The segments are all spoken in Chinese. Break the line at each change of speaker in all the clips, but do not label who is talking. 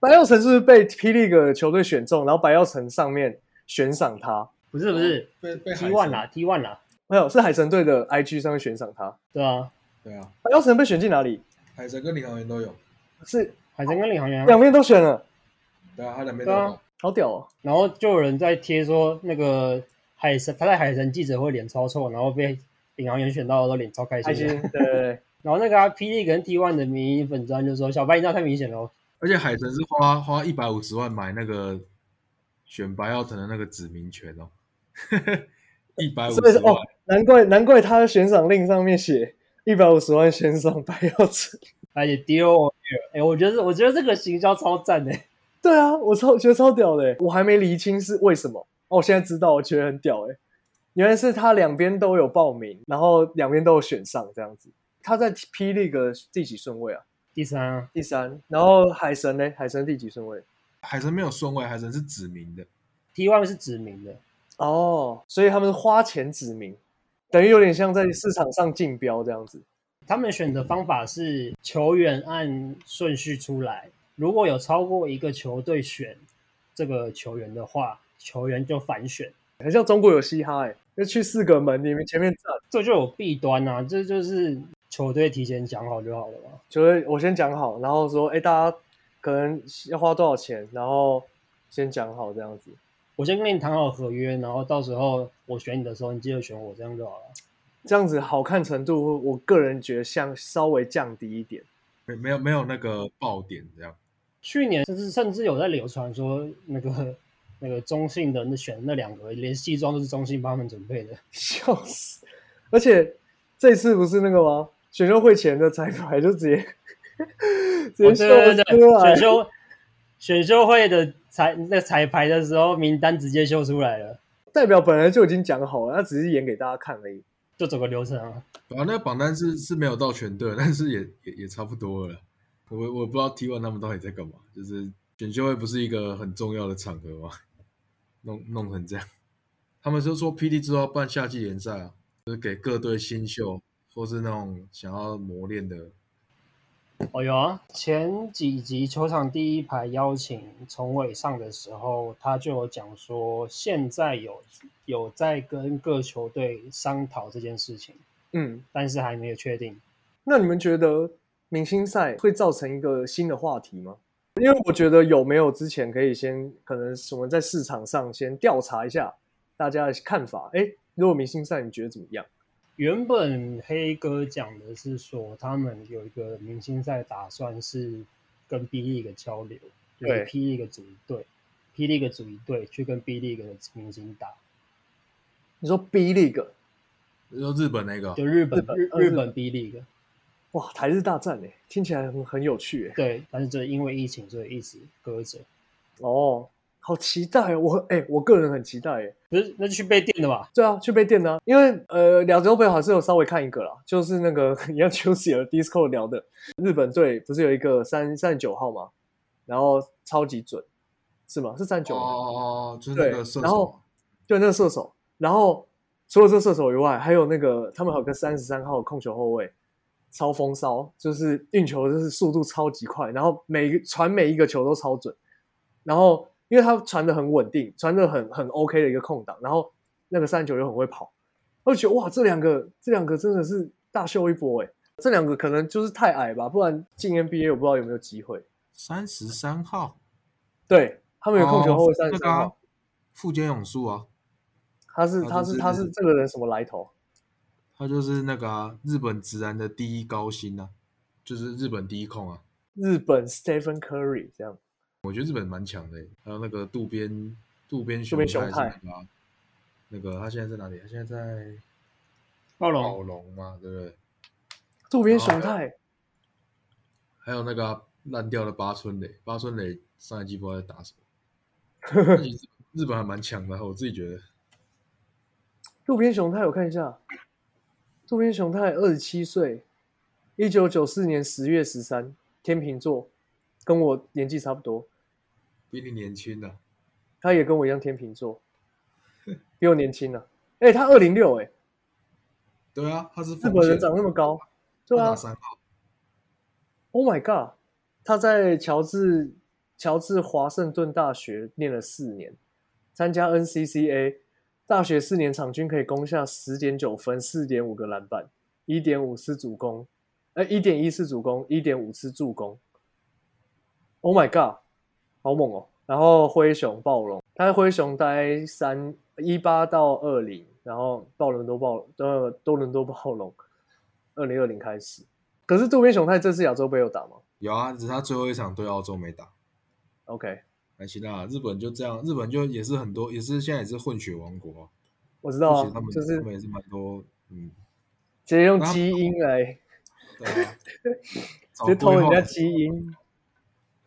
白耀城是不是被霹雳个球队选中，然后白耀城上面悬赏他？
不是不是
被哦被
，T
海
啊
one
神
啦，T one 啦，
没有，是海神队的 IG 上面悬赏他。
对啊，
对啊，
白耀城被选进哪里？
海神跟领航员都有，
是
海神跟领航员啊，
两边都选了，
对啊，他两边都有
对啊
搞。
好屌哦！
然后就有人在贴说那个海神，他在海神记者会脸超臭，然后被领航员选到的时候脸超开
开
心
心
的。，
对对对，
然后那个、啊、霹雳跟 T one 的迷因粉砖就说：“小白，你那太明显了哦。
而且海神是花花一百五十万买那个选白耀腾的那个指名权哦， 一百五
所以
十
是哦
万，，
难怪难怪他的悬赏令上面写一百五十万悬赏白耀城。”
而且 D O，哎，我觉得我觉得这个行销超赞的、
对啊，我超觉得超屌的欸，我还没厘清是为什么。哦，我现在知道，我觉得很屌哎，原来是他两边都有报名，然后两边都有选上这样子。他在 P League 第几顺位啊？
第三啊，
第三。然后海神呢？海神第几顺位？
海神没有顺位，海神是指名的。
T one 是指名的，
哦，所以他们是花钱指名，等于有点像在市场上竞标这样子。
他们选的方法是球员按顺序出来，如果有超过一个球队选这个球员的话，球员就反选。
很像中国有嘻哈哎，就去四个门里面前面站。
这就有弊端啊，这就是球队提前讲好就好了嘛。
就是我先讲好，然后说，哎，大家可能要花多少钱，然后先讲好这样子。
我先跟你谈好合约，然后到时候我选你的时候，你记得选我，这样就好了。
这样子好看程度，我个人觉得像稍微降低一点。
没没有没有那个爆点这样，
去年甚至甚至有在流传说，那个那个中信的那选的那两个，连西装都是中信帮他们准备的。
笑死！而且这次不是那个吗？选秀会前的彩排就直接
哦、
直接
对
笑
对
出
对对，
来
选，秀选秀会的彩那彩排的时候，名单直接秀出来了，
代表本来就已经讲好了，他只是演给大家看而已。
就走个流程啊。
啊，那个榜单是是没有到全队，但是也也也差不多了啦。我我不知道 T one 他们到底在干嘛，就是选秀会不是一个很重要的场合吗？弄弄成这样，他们就说 PD 之后要办夏季联赛啊，就是给各队新秀或是那种想要磨练的
哦有啊，前几集球场第一排邀请从伟上的时候，他就有讲说，现在有有在跟各球队商讨这件事情，
嗯，
但是还没有确定。
那你们觉得明星赛会造成一个新的话题吗？因为我觉得有没有之前可以先可能我们在市场上先调查一下大家的看法。哎，如果明星赛你觉得怎么样？
原本黑哥讲的是说，他们有一个明星赛打算是跟 B League 交流，就
对
是 P League 组一队，P League 组一队去跟 B League 的明星打，
你说 B League
你说日本那个啊，
就日本
日本
日
呃
日
日
本
本
B League。
哇，台日大战哎，听起来很很有趣哎。
对，但是这因为疫情，所以一直搁着。
哦，好期待哦！我哎、我个人很期待哎。
不是，那就去被电的吧。
对啊，去被电的啊、因为呃，两周杯好像是有稍微看一个啦，就是那个 一样 Juicy 和 Disco 聊的日本队不是有一个三三十九号吗？然后超级准，是吗？是三十九
哦
吗？
哦哦，就是那个
对
射
然
手
后对，那个射手。然后除了这射手以外，还有那个他们还有个三十三号的控球后卫，超风骚，就是运球就是速度超级快，然后每一个传每一个球都超准。然后因为他传的很稳定，传的很很 OK 的一个空档，然后那个三十九又很会跑，我就觉得哇，这两个这两个真的是大秀一波哎、这两个可能就是太矮吧，不然进 NBA 我不知道有没有机会。
三十三号，
对他们有控球后卫三十
那个
三号，
啊富坚勇树啊，
他是
啊
他
就是是
他是这个人什么来头？
他就是那个、啊、日本直男的第一高薪啊，就是日本第一控啊。
日本 Stephen Curry 这样。
我觉得日本蛮强的欸，还有那个渡边渡边
渡边雄
太是那个啊、那个他现在在哪里？他现在在
暴
哦
暴
龙
龙嘛，对不对？
渡边雄太，
还有那个啊烂掉的八村垒，八村垒上一季不知道在打什么。但其实日本还蛮强的，我自己觉得。
渡边雄太，我看一下，渡边雄太二十七岁，一九九四年十月十三，天秤座，跟我年纪差不多，
比你年轻啊，
他也跟我一样天秤座，比我年轻啊。哎、他二零六，哎，
对啊，他是
日
日
本人长那么高，对
他
啊
打三号，
，Oh my god，他在乔治乔治华盛顿大学念了四年，参加 NCCA，大学四年场均可以攻下十点九分、四点五个篮板、一点五次主攻，呃，一点一次主攻、一点五次助攻。Oh my god，好猛哦！然后灰熊、暴龙，他在灰熊待三一八到二零，然后暴伦多暴呃多伦多暴龙，二零二零开始。可是渡边雄太这次亚洲杯有打吗
有啊，只是他最后一场对澳洲没打，
？OK，
还行啊。日本就这样，日本就也是很多，也是现在也是混血王国啊。
我知道
其实他
啊，
们
就是
他们也是蛮多，嗯，
直接用
然后
基因来，
对啊，
直接偷人家
哦找规划
基因，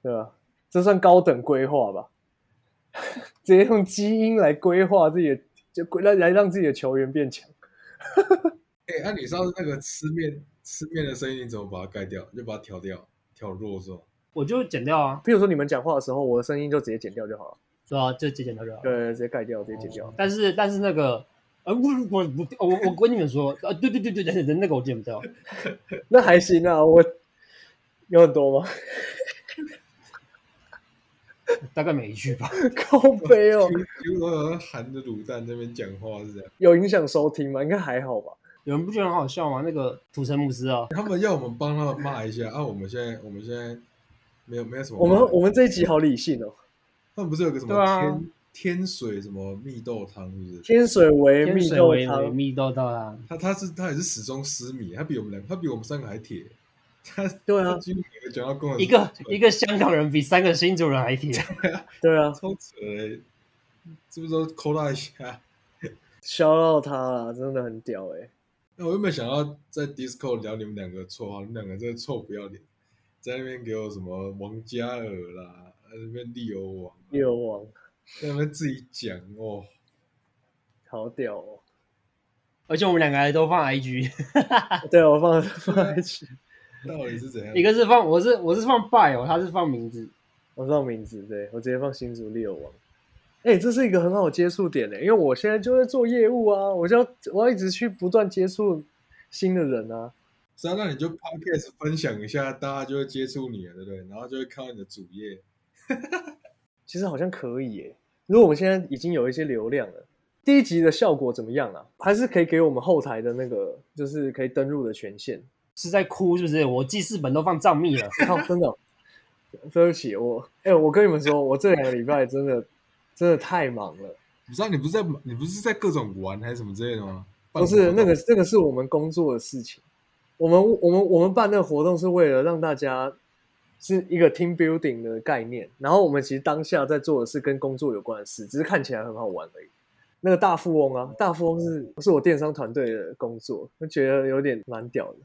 对吧？这算高等规划吧？ 直接用基因来规划自己的，就规来来让自己的球员变强。
哎、那、你上次那个吃面吃面的声音，你怎么把它盖掉？就把它调掉，调弱是吧？
我就剪掉啊，
譬如说你们讲话的时候，我的声音就直接剪掉就好了，
对啊，就直接剪掉就好。
对，直接盖掉，直接剪
哦
掉。
但是但是那个，呃，不不不，不我我跟你们说，啊，对对对对对，那个我剪不掉。
那还行啊，我有很多吗？
大概每一句吧。
靠背哦，
如果有人含着卤蛋在那边讲话是这样，
有影响收听吗？应该还好吧。
有人不觉得很好笑吗？那个土城姆斯啊，
他们要我们帮他们骂一下啊！我们现在我们现在没有没有什么
我
骂
们
的，
我们这一集好理性哦，
他们不是有个什么
对啊
天、天水什么蜜豆汤是不是？
天水围
天
蜜
水
豆
围围
汤，
密豆到啊，
他他是他也是始终失迷，他比我们两他比我们三个还铁，他
对啊
他几乎每个讲到跟我
一个一个香港人比三个新主人还铁。
对啊，
超扯的，是不是都扣他一下？
消到他啦，真的很屌哎、
那我又没有想到在 Discord 聊你们两个绰号，你们两个真的臭不要脸，在那边给我什么王嘉尔啦，在那边利欧王，
欸，有王，
在那边自己讲哦，
好屌哦。
而且我们两个还都放 IG，
对，我放放在一起，
到底是怎样？
一个是放我是我是放 bio，他是放名字。
我放名字，对我直接放新竹利友王。哎、这是一个很好的接触点欸的，因为我现在就在做业务啊，我就要我要一直去不断接触新的人啊。
是啊，那你就 Podcast 分享一下，大家就会接触你了，对不对？然后就会看到你的主页，
其实好像可以耶，如果我们现在已经有一些流量了，第一集的效果怎么样啊？还是可以给我们后台的那个，就是可以登录的权限。
是在哭是不是？我记事本都放账密了，
靠，真的哦，对不起，我哎、我跟你们说，我这两个礼拜真的真的太忙了。
你知道你不是在你不是在各种玩还是什么之类的吗？
不是那个，那个是我们工作的事情。我们我们我们办那个活动是为了让大家是一个 team building 的概念，然后我们其实当下在做的是跟工作有关的事，只是看起来很好玩而已。那个大富翁啊，大富翁是是我电商团队的工作，我觉得有点蛮屌的。